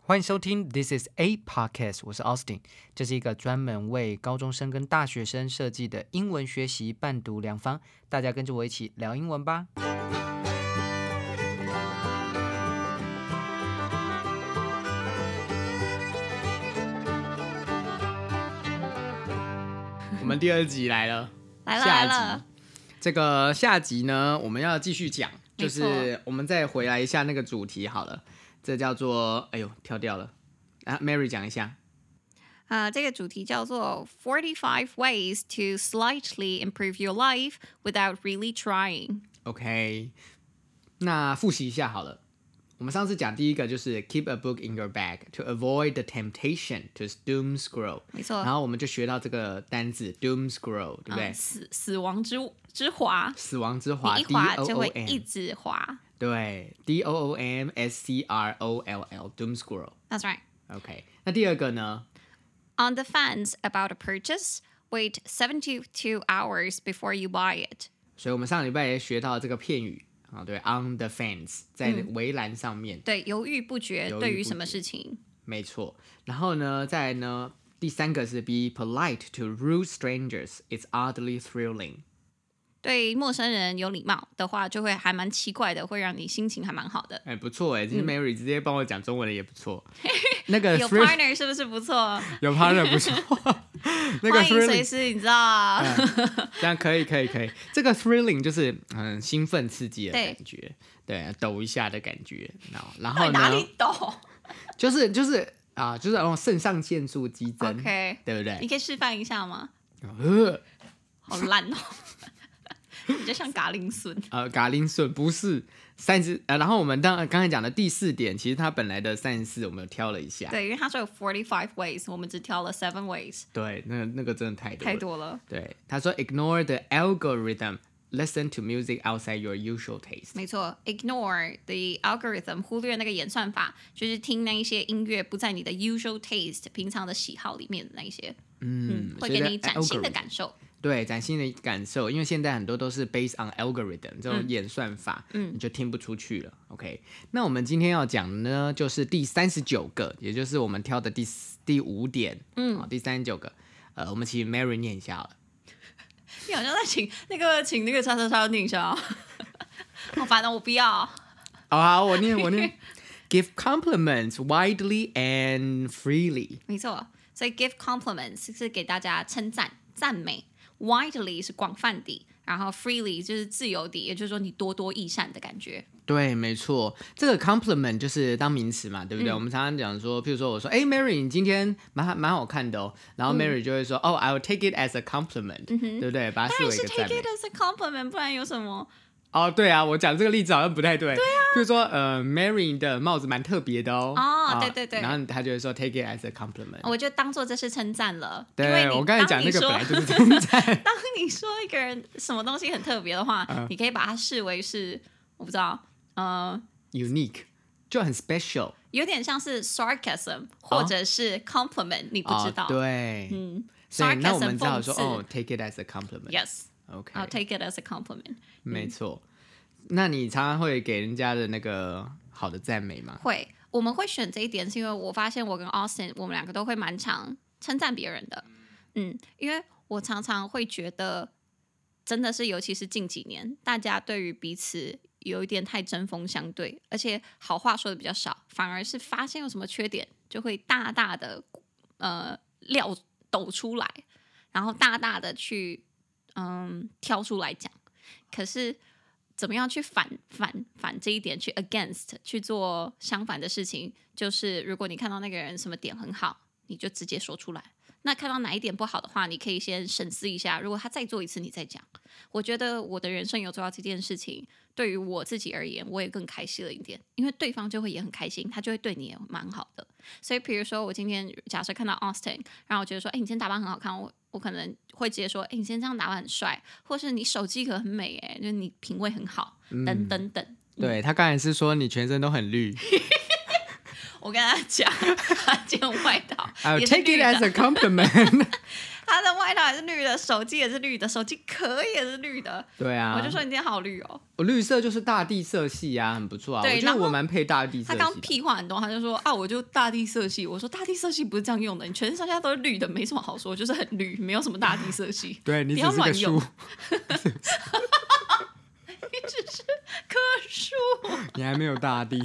欢迎收听 This is a podcast，我是 Austin，这是一个专门为高中生跟大学生设计的英文学习伴读良方，大家跟着我一起聊英文吧。我们第二集来了，来了下来一集了，这个下集呢，我们要继续讲，就没错是我们再回来一下那个主题好了，这叫做哎呦跳掉了啊，Mary 讲一下，啊、这个主题叫做 Forty Five Ways to Slightly Improve Your Life Without Really Trying。 OK，那复习一下好了。我们上次讲第一个就是 keep a book in your bag to avoid the temptation to doom scroll，没错然后我们就学到这个单字 doom scroll，对不对？嗯，死死亡之之滑，死亡之滑你一 D 滑 O 就 O 会 M，一直滑。对 D O O M S C R O L L doom scroll。 That's right. OK，那第二个呢？ On the fence about a purchase, wait 72 hours before you buy it. 所以我们上礼拜也学到这个片语啊，对，on the fence，在嗯围栏上面，对，犹豫不决犹豫对不于什么决事情？没错。然后呢，再来呢，第三个是 be polite to rude strangers. It's oddly thrilling. 对陌生人有礼貌的话，就会还蛮奇怪的，会让你心情还蛮好 的。哎，不错哎，今天 Mary 直接帮我讲中文的也不 错。那个嗯有 thrill partner 是不是 不错？有 partner 不错， 那个欢迎随 thrilling 时，你 知道。嗯这样可以可以可以，这个 thrilling 就是嗯兴奋刺激的对感觉，对，抖一下的感觉。然后然到后底哪哦呢，里懂就是就是啊，就是哦肾上腺素激增？OK，对不对？你可以示范一下吗？呃好烂哦， 你就像嘎令孙。呃，嘎林笋不是三十呃，然后我们当刚才讲的第四点，其实它本来的三十四我们有挑了一下，对，因为他说有 forty five ways，我们只挑了 seven ways，对，那个那个真的太多了太。多了。对，他说 ignore the algorithm, listen to music outside your usual taste。没错，ignore the algorithm，忽略那个演算法，就是听那一些音乐不在你的 usual taste 平常的喜好里面的那一些，嗯，所会以给在你崭新的 algorithm 感受。对，崭新的感受，因为现在很多都是 based on algorithm 这种演算法，嗯，你就听不出去了。OK，那我们今天要讲的呢，就是第三十九个，也就是我们挑的第四第五点，嗯，好，第三十九个，呃，我们请 Mary 念一下好了。你好像在请那个请那个叉叉叉念一下哦， 好烦哦，我不要。好哦好，我念我 念。Give compliments widely and freely。没错，所以 give compliments 是给大家称赞、赞美，widely 是广泛地，然后 freely 就是自由地，也就是说你多多益善的感觉。对，没错，这个 compliment 就是当名词嘛，对不嗯对？我们常常讲说，譬如说我说，哎、m a r y 你今天蛮蛮好看的哦，然嗯后 Mary 就会说，哦、i will take it as a compliment，、对不对？把它视但为一是个 take 赞 it 美。 as a compliment，不然有什么？哦，对啊，我讲这个例子好像不太对。对啊。譬如说，呃，Mary 的帽子蛮特别的哦。哦啊对对对然后他就会说，take it as a compliment。我就当做这是称赞了。因对，为你我刚才讲那个本当来你就说，是称赞。 当你说一个人什么东西很特别的话，嗯你可以把它视为是，我不知道，呃， unique 就很 special。有点像是 sarcasm 或者是 compliment，、你不知哦、道。对，嗯，所以 sarcasm 那我们只好说讽刺哦，take it as a compliment。 Yes, OK， I'll take it as a compliment. 没错。那你常常会给人家的那个好的赞美吗？会，我们会选这一点，是因为我发现我跟 Austin 我们两个都会蛮常称赞别人的。嗯，因为我常常会觉得，真的是尤其是近几年，大家对于彼此有一点太针锋相对，而且好话说的比较少，反而是发现有什么缺点，就会大大的呃料抖出来，然后大大的去嗯挑出来讲。可是怎么样去反反反这一点，去 against 去做相反的事情，就是如果你看到那个人什么点很好，你就直接说出来。那看到哪一点不好的话，你可以先审视一下。如果他再做一次，你再讲。我觉得我的人生有做到这件事情，对于我自己而言，我也更开心了一点，因为对方就会也很开心，他就会对你也蛮好的。所以，比如说我今天假设看到 Austin，然后我觉得说，哎、你今天打扮很好看，我我可能会直接说，哎、你今天这样打扮很帅，或是你手机壳很美、哎，就是你品味很好，等等等。嗯对他刚才是说你全身都很 绿我跟他讲，他今天外套，I'll 也是啊 take 绿 it as 的， a compliment。 他的外套也是绿的，手机也是绿的，手机壳也是绿的。对啊，我就说你今天好绿哦。我绿色就是大地色系啊，很不错啊。对我觉然得后我蛮配大地色他系刚的。，屁话很多，他就说啊，我就大地色系。我说大地色系不是这样用的，你全身上下都是绿的，没什么好说，就是很绿，没有什么大地色系对你不只要是个乱书用， 棵树。 你还没有大地，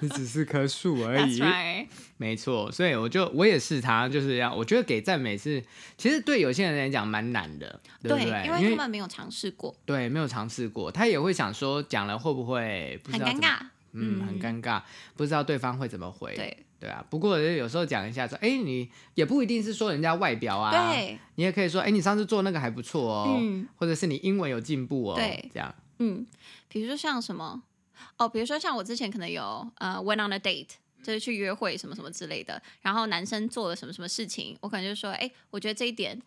你只是棵树 而 That's 已。 right，没错，所以我就我也是他，就是要我觉得给赞美是，其实对有些人来讲蛮难的，对不对？因因为他们没有尝试过，对没有尝试过，他也会想说讲了会不会不很知道尴怎么，尬。嗯，嗯很尴尬，不知道对方会怎么回。对对啊，不过有时候讲一下说，哎，你也不一定是说人家外表啊，对，你也可以说，哎，你上次做那个还不错哦，嗯或者是你英文有进步哦，对这样，嗯，比如说像什么哦，比如说像我之前可能有呃，went on a date。就是去约会什么什么之类的，然后男生做了什么什么事情，我可能就说，哎、我觉得这一点，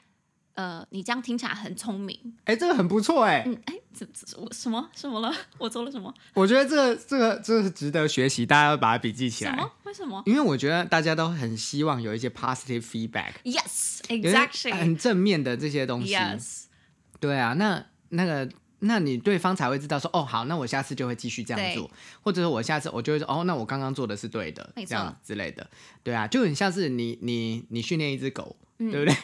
呃，你这样听起来很聪明，哎，这个很不错哎，嗯，哎、这这我什么什么了？我做了什么？我觉得这个这个这个值得学习，大家要把它笔记起什来，么？为什么因为我觉得大家都很希望有一些 positive feedback。 ？Yes, 有一些 exactly. 很正面的这些东西。 Yes， 对啊，那那个。那你对方才会知道说哦好，那我下次就会继续这样对做，或者是我下次我就会说哦，那我刚刚做的是对的，没错这样之类的，对啊，就很像是你你你训练一只狗，嗯对不对？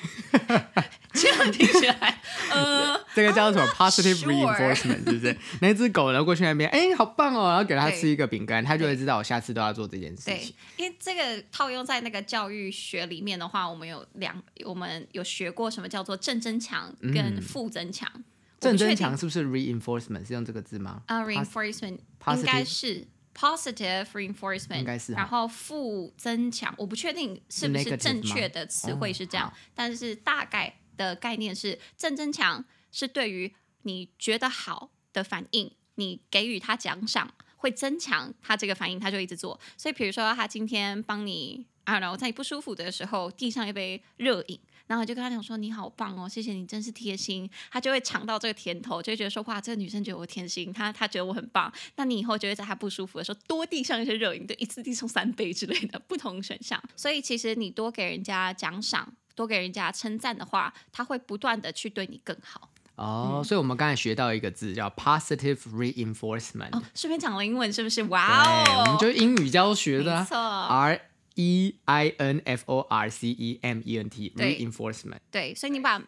这样听起来， 呃，这个叫做什么 positive sure reinforcement，是不是？那只狗呢过去那边，哎、好棒哦，然后给它对吃一个饼干，它就会对知道我下次都要做这件事对情。，因为这个套用在那个教育学里面的话，我们有两，我们有学过什么叫做正增强跟负增强。我嗯正不确增定强是不是 reinforcement 是用这个字吗？啊、r e i n f o r c e m e n positive- t 应该是 positive reinforcement，应该是哈然后负增强，我不确定是不是 negative 吗是正确的词汇是这样，哦好但是大概的概念是正增强是对于你觉得好的反应，你给予他奖赏。会增强他这个反应，他就一直做。所以，比如说他今天帮你啊，然后在你不舒服的时候递上一杯热饮，然后你就跟他讲说：“你好棒哦，谢谢你，真是贴心。”他就会尝到这个甜头，就会觉得说：“哇，这个女生觉得我贴心，她她觉得我很棒。”那你以后就会在她不舒服的时候多递上一些热饮，就一次递送三杯之类的不同选项。所以其实你多给人家奖赏，多给人家称赞的话，他会不断的去对你更好。嗯哦，所以我们刚才学到一个字叫 positive reinforcement，、哦，顺便讲了英文是不是？哇对，我哦们，就是英语教学的没啊错， R E I N F O R C E M E N T 对 reinforcement。对，所以你把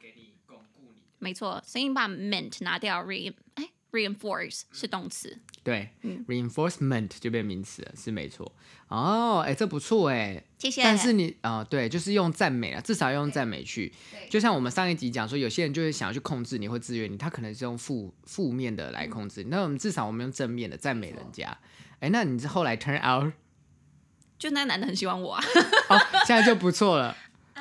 没错，所以你把 meant 拿掉，re 哎 reinforce 是动词，对、r 嗯 e i n f o r c e m e n t 就变名词了，是没错。哦，哎，这不错哎。谢谢。但是你啊、呃对，就是用赞美啊，至少要用赞美去。对就像我们上一集讲说，有些人就会想要去控制你或制约你，他可能是用负负面的嗯来控制你。那我们至少我们用正面的赞美人家。哎，那你后来 turn out 就那男的很喜欢我啊， 哦，现在就不错了。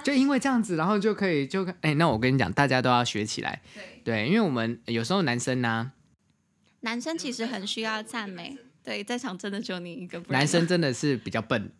就因为这样子，然后就可以就哎、那我跟你讲，大家都要学起来。对，对，因为我们有时候男生呢、男生其实很需要赞美。对，在场真的只有你一个不然男生真的是比较 笨，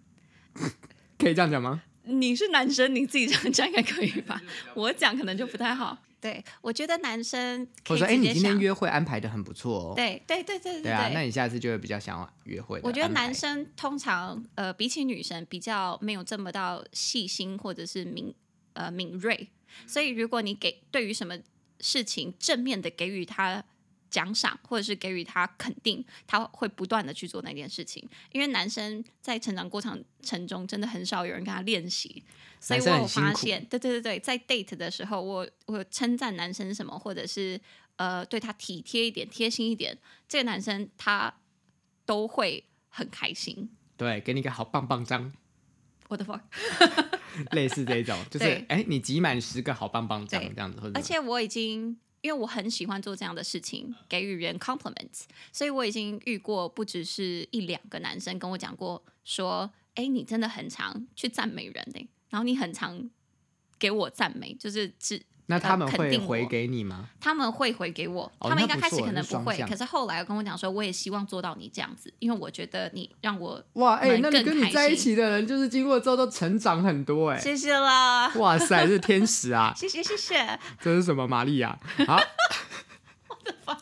可以这样讲吗？你是男生，你自己这样讲应该可 以吧？我讲可能就不太好。对，我觉得男生可或以者说，哎、直你接今天想，约会安排的很不错哦。对对对对对啊，那你下次就会比较想要约会的我觉得安排男生通常呃，比起女生比较没有这么到细心或者是敏呃敏锐，所以如果你给对于什么事情正面的给予他奖赏或者是给予他肯定，他会不断的去做那件事情。因为男生在成长过程程中真的很少有人跟他练习，所以男生我有很辛发苦现，对对对对，在 date 的时候，我我有称赞男生什么，或者是呃对他体贴一点、贴心一点，这个男生他都会很开心。对，给你一个好棒棒章， What the fuck？ 类似这一种，就是对哎、你集满十个好棒棒章对这样子，或者而且我已经，因为我很喜欢做这样的事情，给予人 compliments，所以我已经遇过不只是一两个男生跟我讲过说，哎，你真的很常去赞美人呢、然后你很常给我赞美，就是只那他们呃肯会定我回给你吗？他们会回给我，哦他们那应该不开始错可能是不双会，向可是后来有跟我讲说，我也希望做到你这样子，因为我觉得你让我哇，哎、们那你更跟你开在一心起的人，就是经过之后都成长很多、哎，谢谢啦，哇塞，这是天使啊！谢谢谢谢。这是什么玛利亚？好，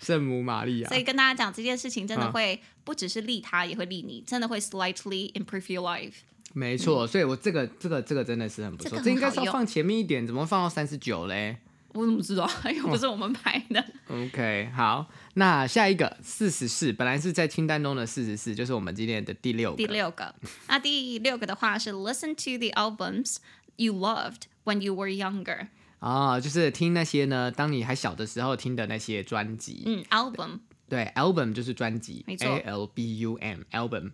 圣母玛利亚所。以跟大家讲这件事情真的啊嗯会不只是利他，也会利你，真的会 slightly improve your life。没错，所以我这个这个这个真的是很不这错，个这应该很是要好用放前面一点，怎么放到三十九嘞我怎么知道？ 又不是我们拍 的。 ？OK，好，那下一个四十四，本来是在清单中的四十四，就是我们今天的第六个。第六个，那第六个的话是 Listen to the albums you loved when you were younger。啊、就是听那些呢，当你还小的时候听的那些专辑。嗯，album 对，album 就是专辑，没错嗯 a L B U M album。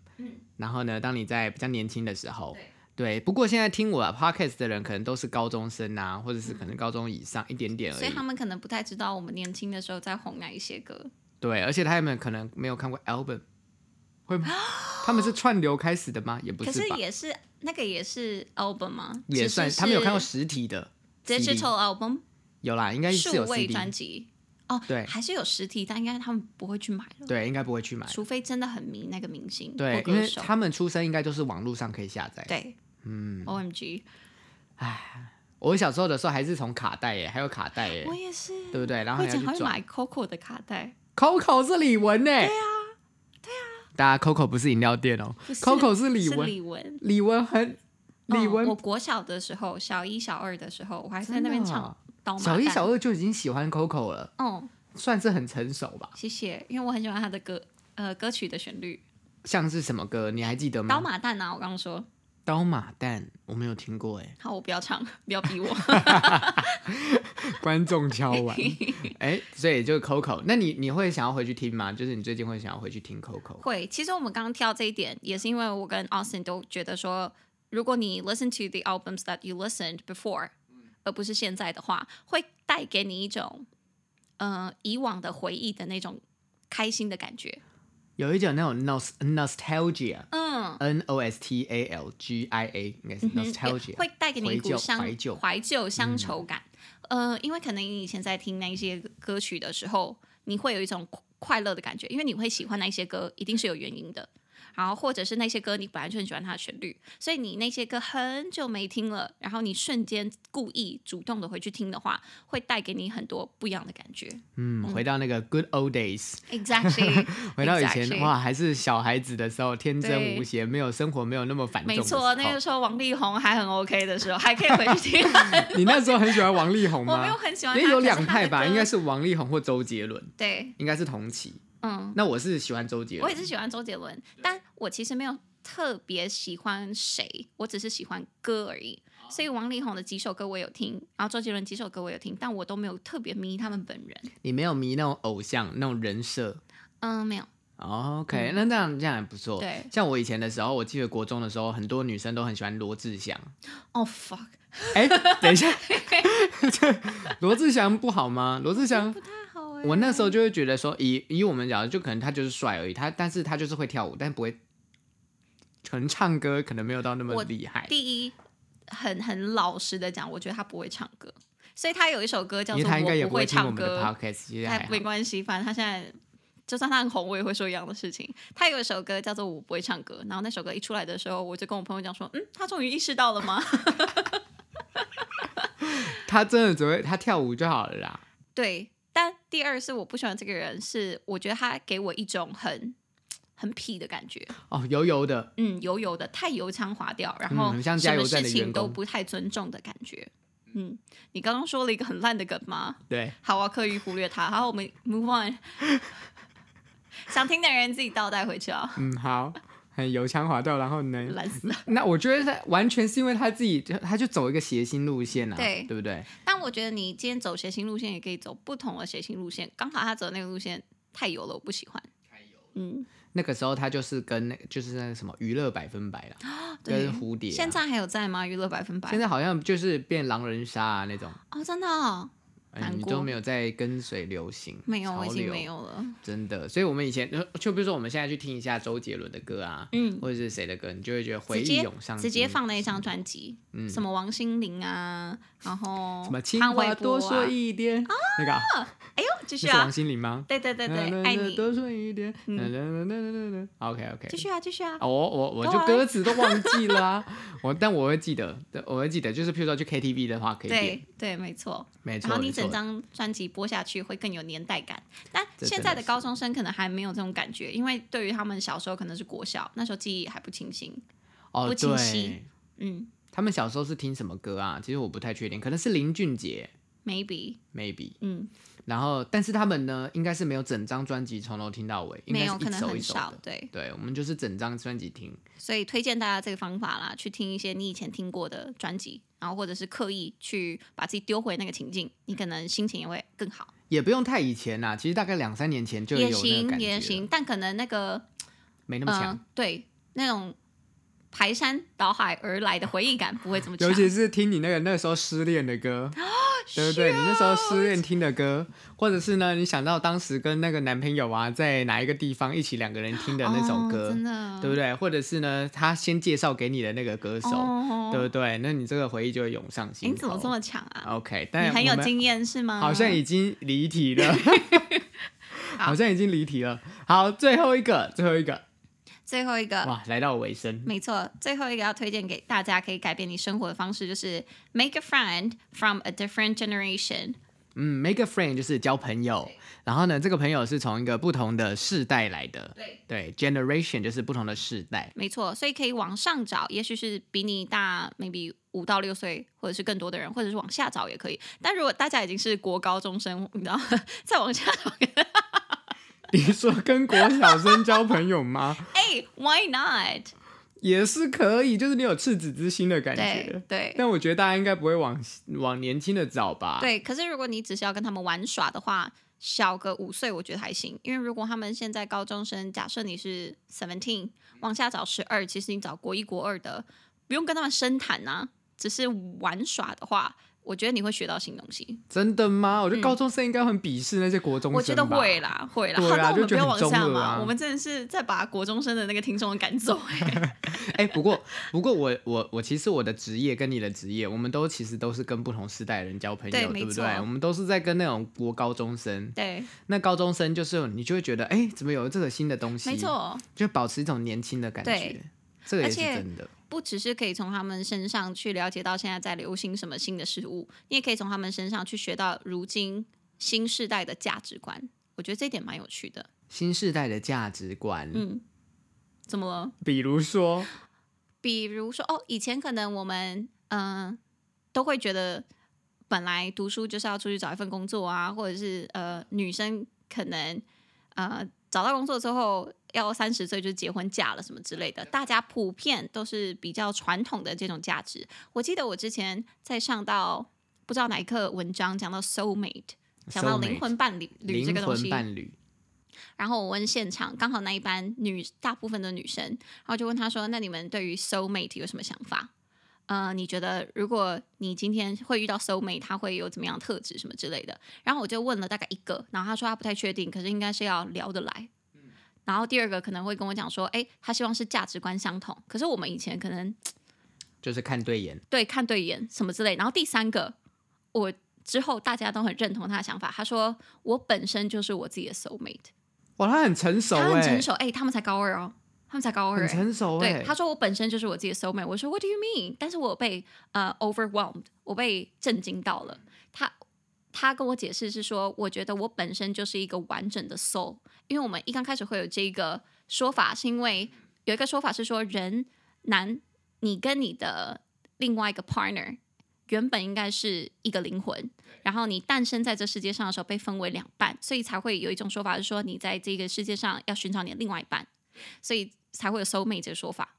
然后呢，当你在比较年轻的时候，对，不过现在听我 podcast 的人可能都是高中生啊，或者是可能高中以上一点点而嗯所以已他。们可能不太知道我们年轻的时候在红哪一些歌。对，而且他们可能没有看过 album，会吗？他们是串流开始的吗？也不可是吧，也是那个也是 album 吗？也算其实是他们有看过实体的 CD digital album 有啦，应该是数有位 CD，专辑。哦，对还是有实体，但应该他们不会去买了，对，应该不会去买。除非真的很迷那个明星对或，因歌为手。他们出生应该都是网络上可以下载。对，嗯，O M G，我小时候的时候还是从卡带耶，还有卡带耶我，也是，对不对？然后我以还要前去还会转。买 Coco 的卡带， Coco 是李玟呢、对啊，对啊。大家 Coco 不是饮料店哦不是，Coco 是李是玟，李玟，李玟很李嗯我玟，国小的时候，小一、小二的时候，我还在真的那边啊唱刀马小一、旦小，二就已经喜欢 Coco 了，嗯，算是很成熟吧。谢谢，因为我很喜欢他的歌，呃，歌曲的旋律，像是什么歌，你还记得《吗？刀马旦》啊，我刚刚说，，刀马旦，我没有听过哎 好，我不要唱，不要逼我，观众敲 完，哎，所以就 Coco，那你你会想要回去听吗？就是你最近会想要回去听 Coco？会。其实我们刚刚挑这一点，也是因为我跟 Austin 都觉得说，如果你 listen to the albums that you listened before，而不是现在的话，会带给你一种，呃，以往的回忆的那种开心的感觉。有一种那种 nos nostalgia。嗯， N O S T A L G I A 应该是嗯有 nostalgia，、会带给你一怀股旧乡怀旧嗯乡愁感。呃，因为可能你以前在听那一些歌曲的时候，你会有一种快快乐的感觉，因为你会喜欢那一些歌，一定是有原因的。然后或者是那些歌，你本来就很喜欢它的旋律，所以你那些歌很久没听了，然后你瞬间故意主动的回去听的话，会带给你很多不一样的感觉。嗯，回到那个 good old days， Exactly，回到以前 exactly 哇，还是小孩子的时候，天真对无邪，没有生活没有那么繁重。没错，那个、时候王力宏还很 OK 的时候，还可以回去听。 你那时候很喜欢王力宏 吗？我没有很喜欢 因他，为有可是 他两的派吧，歌应该是王力宏或周杰伦，对，应该是同期。嗯。那我是喜欢周杰我伦也，是喜欢周杰伦，但我其实没有特别喜欢谁，我只是喜欢歌而已。哦所以王力宏的几首歌我有听，然后周杰伦几首歌我有听，但我都没有特别迷他们本人。你没有迷那种偶像那种人设。嗯，没有。哦 OK，、那这样这样也不错。嗯对像我以前的时候，我记得国中的时候，很多女生都很喜欢罗志祥。哦、fuck，哎、等一下， 罗志祥不好吗？罗志祥不太好哎、我那时候就会觉得说，以以我们讲的，就可能他就是帅而已，他但是他就是会跳舞，但不会，可能唱歌可能没有到那么我厉害，第一很很老实的讲，我觉得他不会唱歌，所以他有一首歌叫因做为《他应该也我会会听我唱们的歌》， podcast，其实还但好没关系，反正他现在就算他很红，我也会说一样的事情。他有一首歌叫做《我不会唱歌》，然后那首歌一出来的时候，我就跟我朋友讲说：“嗯，他终于意识到了吗 他真的只会他跳舞就好了啦。？”对。但第二是我不喜欢这个人，是我觉得他给我一种很很痞的感觉，哦，油油的，嗯，油油的，太油腔滑调，然后嗯很像加什么油站事的员情都工不太尊重的感觉。嗯，你刚刚说了一个很烂的梗吗？对，好，我要刻意忽略它。好，我们 move on。想听的人自己倒带回去啊， 嗯，好，很油腔滑调，然后呢？懒死了。那我觉得他完全是因为他自己，他就走一个谐星路线啊，对对不对？但我觉得你今天走谐星路线，也可以走不同的谐星路线。刚好他走的那个路线太油了，我不喜欢。嗯，那个时候他就是跟那就是那个什么娱乐百分百啦，对跟蝴蝶啊、现在还有在吗？娱乐百分百现在好像就是变狼人杀啊那种。哦，真的、哦、哎韩你国都没有在跟随流行，没有，潮我已经流没，有了。真的。所以我们以前呃就比如说我们现在去听一下周杰伦的歌啊，嗯，或者是谁的歌，你就会觉得回直忆接涌上心，直接放那一张专辑，什么王心凌啊，然后嗯什么情潘话玮柏多说啊，一点，那个啊哎呦，继续那是王啊，心凌吗？对对对啦对，啦爱啦你，多说一点，OK 继 OK。续啊，继续啊，哦，我我我对就啊歌词都忘记了啊， 我但我会记得，对我会记得，就是譬如说去 KTV 的话可以点，对对，没错。没错，然后你没错整张专辑播下去会更有年代感。但这现真在的的是高中生可能还没有这种感觉，因为对于他们小时候可能是国小，那时候记忆还不清醒。哦，不清晰对，嗯他们小时候是听什么歌啊？其实我不太确定，可能是林俊杰，maybe， maybe。嗯，然后，但是他们呢，应该是没有整张专辑从头听到尾，应没该是有，可一能首一很首少，的。对，对，我们就是整张专辑听。所以推荐大家这个方法啦，去听一些你以前听过的专辑，然后或者是刻意去把自己丢回那个情境，你可能心情也会更好，也不用太以前啊啦，其实大概两三年前就有也那个行感觉也了行，，但可能那个没那么强。嗯，对，那种排山倒海而来的回忆感不会这么 强尤。其是听你那个那时候失恋的 歌，对不对？你那时候失恋听的歌，或者是呢，你想到当时跟那个男朋友啊，在哪一个地方一起两个人听的那首哦歌，真的，对不对？或者是呢，他先介绍给你的那个歌手，哦对不对？那你这个回忆就会涌上心诶头。你怎么这么强啊？ OK？你但很有我们经验啊是吗？好像已经离题 了，好好像已经离题了。好，最后一个，最后一个，最后一个哇，来到尾声。呃没错，最后一个要推荐给大家可以改变你生活的方式就是 make a friend from a different generation。嗯，make a friend 就是交朋友，然后呢，这个朋友是从一个不同的世代来的，对，对，generation 就是不同的世 代，没错，所以可以往上找，也许是比你大 maybe 五到六岁，或者是更多的人，或者是往下找也可以。但如果大家已经是国高中生，你知道， 再往下找，你说跟国小生交朋友吗？ 哎、w h y not？也是可以，就是你有赤子之心的感对觉。对但我觉得大家应该不会往往年轻的找吧？，对，可是如果你只是要跟他们玩耍的话，小个五岁我觉得还行，因为如果他们现在高中生，假设你是 seventeen，往下找十二，其实你找国一国二的，不用跟他们深谈呐、只是玩耍的话，我觉得你会学到新东西。真的吗？我觉得高中生应该很鄙视那些国中生吧。嗯我觉得会啦，会啦。 对好，啊那我就们不觉得很要往中下二嘛，啊我们真的是在把国中生的那个听众赶走、欸。 哎、不过不过我我我其实我的职业跟你的职业，我们都其实都是跟不同时代的人交朋友，对对没不错对？我们都是在跟那种国高中生， 对，那高中生就是你就会觉得，哎、怎么有这个新的东西？没，错。就保持一种年轻的感对觉，这个也而是且真的。不只是可以从他们身上去了解到现在在流行什么新的事物，你也可以从他们身上去学到如今新时代的价值观。我觉得这一点蛮有趣的。新时代的价值观，嗯，怎么了？比如说，比如说，哦，以前可能我们嗯、呃都会觉得，本来读书就是要出去找一份工作啊，或者是呃女生可能呃找到工作之后要三十岁就结婚嫁了什么之类的，大家普遍都是比较传统的这种价值。我记得我之前在上到不知道哪一课文章讲到 soul mate，讲到 soulmate 灵魂伴侣侣这灵个东魂西，伴侣，然后我问现场，刚好那一班女大部分的女生，然后就问她说：“那你们对于 soul mate 有什么想法？呃，你觉得如果你今天会遇到 soul mate，他会有怎么样的特质什么之类的？”然后我就问了大概一个，然后他说他不太确定，可是应该是要聊得来。然后第二个可能会跟我讲说：“诶，他希望是价值观相同。”可是我们以前可能就是看对眼，对看对眼什么之类。然后第三个，我之后大家都很认同他的想法，他说：“我本身就是我自己的 soul mate。” 哇，他很成熟、欸，他很成，熟，哎、他们才高二哦，他们才高二、很哎，成熟、欸，对，他说我本身就是我自己的 soul mate，我说 What do you mean？但是我被呃 overwhelmed，我被震惊到了。他他跟我解释是说，我觉得我本身就是一个完整的 soul，因为我们一刚开始会有这一个说法，是因为有一个说法是说人男，你跟你的另外一个 partner 原本应该是一个灵魂，然后你诞生在这世界上的时候被分为两半，所以才会有一种说法是说你在这个世界上要寻找你的另外一半，所以才会有 soul mate 这个说法。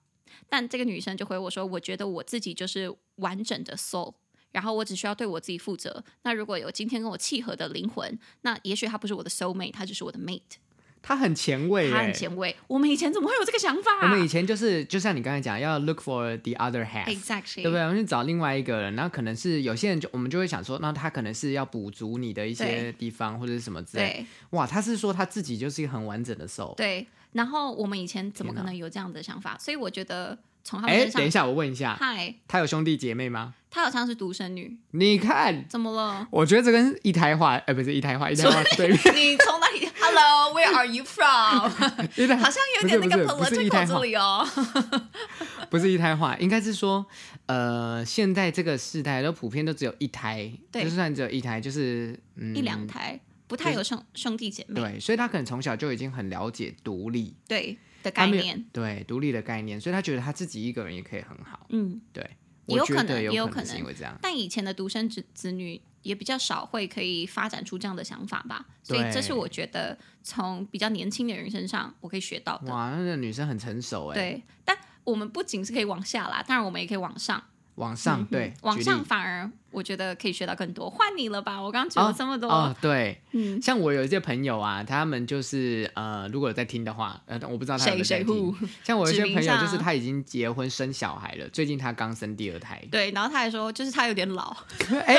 但这个女生就回我说，我觉得我自己就是完整的 soul。然后我只需要对我自己负责。那如果有今天跟我契合的灵魂，那也许他不是我的 soul mate，他就是我的 mate。他很前卫、欸，他很前卫。我们以前怎么会有这个想法？我们以前就是，就像你刚才讲，要 look for the other half，、 exactly 对不对？我们去找另外一个人，那可能是有些人就我们就会想说，那他可能是要补足你的一对些地方或者是什么之类。对哇，他是说他自己就是一个很完整的 soul。对。然后我们以前怎么天可哪能有这样的想法？所以我觉得从他们哎，身等一上，下，我问一下，嗨，他有兄弟姐妹吗？她好像是独生女，你看，？怎么了我觉得这跟一台话，呃，不是一台话，一台话是对面，你从哪里？Hello，where are you from？ 一台好像有点那个不是不是不是一胎 political 化这里哦。不是一胎化，应该是说，呃，现在这个世代都普遍都只有一胎，对就算只有一胎，就是嗯一两胎，不太有兄兄弟姐妹。对，所以他可能从小就已经很了解独立，对的概他没有念，对独立的概念，所以他觉得他自己一个人也可以很好。嗯，对，也有我觉可能得也有有可能是能因为这样。但以前的独生子子女也比较少会可以发展出这样的想法吧，所以对这是我觉得从比较年轻的人身上我可以学到的。哇，那个女生很成熟哎。，对，但我们不仅是可以往下啦，当然我们也可以往上，往上、对，嗯往举上哦例反而我觉得可以学到更多。换你了吧，我刚刚举了这么多，哦，对，嗯，像我有一些朋友啊，他们就是呃，如果有在听的话，呃，我不知道他有没谁有在谁听护。？像我有一些指名朋友，上就是啊。他已经结婚生小孩了，最近他刚生第二胎 对，然后他还说，就是他有点老， 哎、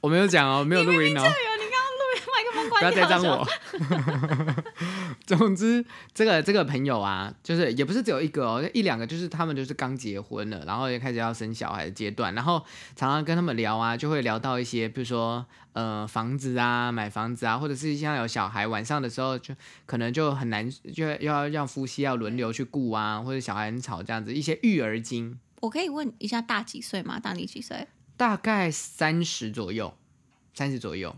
我没有讲哦，没有录音哦，麦克风不要关栽掉的赃时候我。 总之，这个这个朋友啊，就是也不是只有一个哦，一两个就是他们就是刚结婚了，然后也开始要生小孩的阶段，然后常常跟他们聊啊，就会聊到一些，比如说呃房子啊、买房子啊，或者是现在有小孩，晚上的时候就可能就很难，就要要让夫妻要轮流去顾啊，或者小孩很吵这样子，一些育儿经，我可以问一下大几岁吗？大你几岁？大概三十左右，三十左右，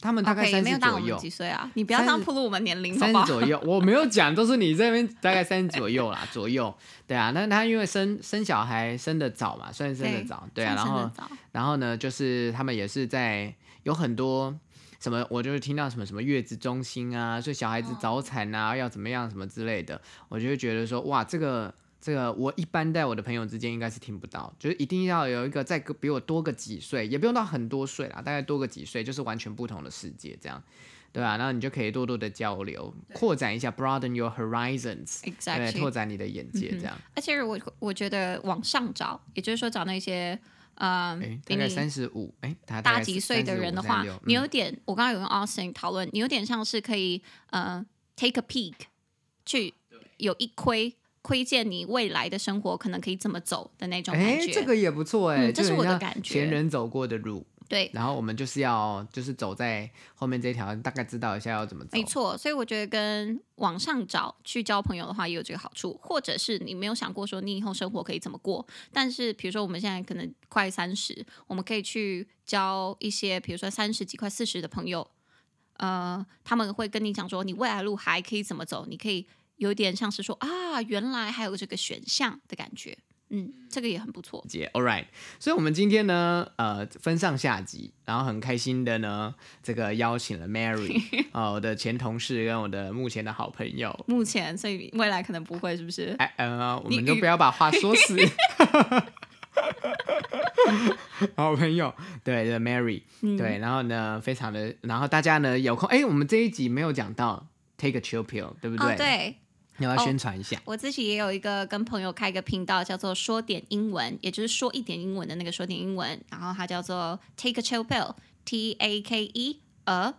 他们大概 OK，也三没十有大我左们右。几岁啊？你不要这样30暴露我们年龄好三十不好？左右，我没有讲，都是你这边大概三十左右啦，左右。对啊，那他因为生生小孩生的早嘛，算是生的早，对啊，然算生后得早然后呢，就是他们也是在有很多什么，我就是听到什么什么月子中心啊，所以小孩嗯子早产啊，要怎么样什么之类的，我就会觉得说，哇，这个这个我一般在我的朋友之间应该是听不到，就是一定要有一个再个比我多个几岁，也不用到很多岁啦，大概多个几岁，就是完全不同的世界这样。对啊，然后你就可以多多的交流，扩展一下，broaden your horizons，对，拓，exactly。展你的眼界，这样。而且我我觉得往上找，也就是说找那些呃哎、比大概你三十五，哎，他大大概几岁的人的话35 36，嗯你有点，我刚刚有跟 Austin 讨论，你有点像是可以呃 take a peek 去有一窥窥见你未来的生活可能可以怎么走的那种感哎、觉。这个也不错哎、嗯这就是很我的像感觉前人走过的路，对，然后我们就是要就是走在后面这条，大概知道一下要怎么走没。错，所以我觉得跟往上找去交朋友的话，也有这个好处，或者是你没有想过说你以后生活可以怎么过，但是比如说我们现在可能快三十，我们可以去交一些，比如说三十几、快四十的朋友，呃，他们会跟你讲说你未来路还可以怎么走，你可以有点像是说啊，原来还有这个选项的感觉，嗯，这个也很不错。姐，All right，所以我们今天呢，呃，分上下集，然后很开心的呢，这个邀请了 Mary，呃，我的前同事跟我的目前的好朋友，目前，所以未来可能不会，是不是？哎，呃，我你们都预不要把话说 死。 好朋友，对对，Mary，、对，嗯然后呢，非常的，然后大家呢有空，哎，我们这一集没有讲到 Take a Chill Pill，对不对？哦，对，你要不要哦宣传一下。我自己也有一个跟朋友开一个频道，叫做“说点英文”，也就是说一点英文的那个“说点英文”，然后它叫做 “Take a Chill Pill”，T A K E 呃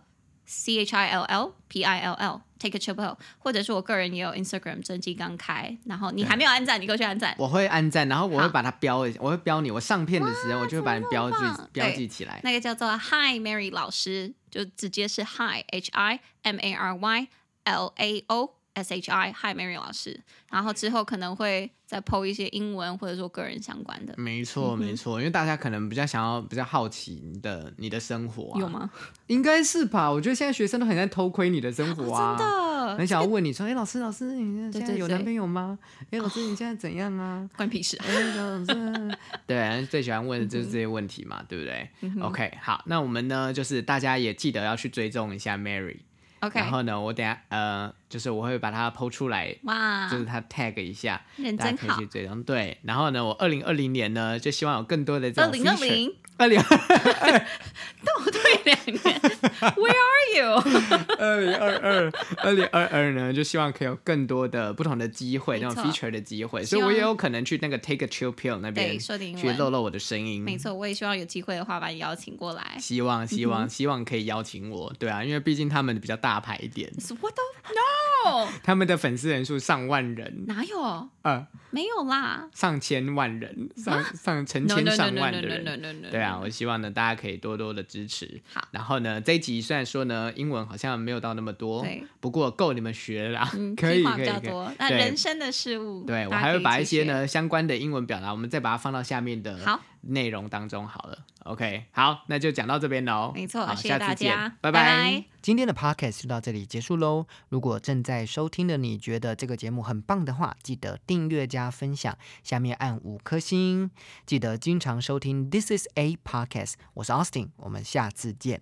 C H I L L P I L L，Take a Chill Pill，或者是我个人也有 Instagram，真机刚开，然后你还没有按赞，你过去按赞。我会按赞，然后我会好把它标一，我会标你。我上片的啊时候，我就会把你标记么棒标对记起来。那个叫做 Hi Mary 老师，就直接是 Hi H I M A R Y L A O S H I Hi Mary 老师，然后之后可能会再 PO 一些英文或者说个人相关的。没嗯错，没错，因为大家可能比较想要，比较好奇你的你的生活、啊，有？吗？应该是吧。我觉得现在学生都很在偷窥你的生活啊，哦真的很想要问你说，哎、老师，老师，你现在对有对男朋友吗？哎、老师，你现在怎样啊？关屁事。哎、老师， 对，最喜欢问的就是这些问题嘛，对不对、o 嗯 k 好，那我们呢，就是大家也记得要去追踪一下 Mary，、 OK，然后呢，我等下呃，就是我会把它剖出来，哇，就是他 tag 一下，人大家啊真可以好去。追踪。对，然后呢，我二零二零年呢，就希望有更多的这二种零二零，二零倒退两年 ，Where are you？二零二二二零二二呢，就希望可以有更多的不同的机会，没那错种 feature 的机会，希所以望我也有可能去那个 Take a Chill Pill 那边对，说点英去露文，露我的声音。没错，我也希望有机会的话把你邀请过来。嗯希望希望希望可以邀请我，对啊，因为毕竟他们比较大牌一 点，你说 What the no？他们的粉丝人数上万人，哪有？呃，没有啦。上千万人，上啊上成 No 千 no no 上 no 万 no 的 no 人 no no no。对啊，我希望呢大家可以多多的支持。好然后呢这一集虽然说呢英文好像没有到那么多对，不过够你们学了啦，嗯， 可以计划可比以较可以。多。那对人生的事物，对我大家还可会以把一去些学呢相关的英文表达，我们再把它放到下面的好内容当中好了。 OK，好，那就讲到这边喽。没错好，谢下次谢大见家，拜拜今天的 podcast 就到这里结束喽。如果正在收听的你觉得这个节目很棒的话，记得订阅加分享，下面按五颗星。记得经常收听 This is a podcast，我是 Austin，我们下次见。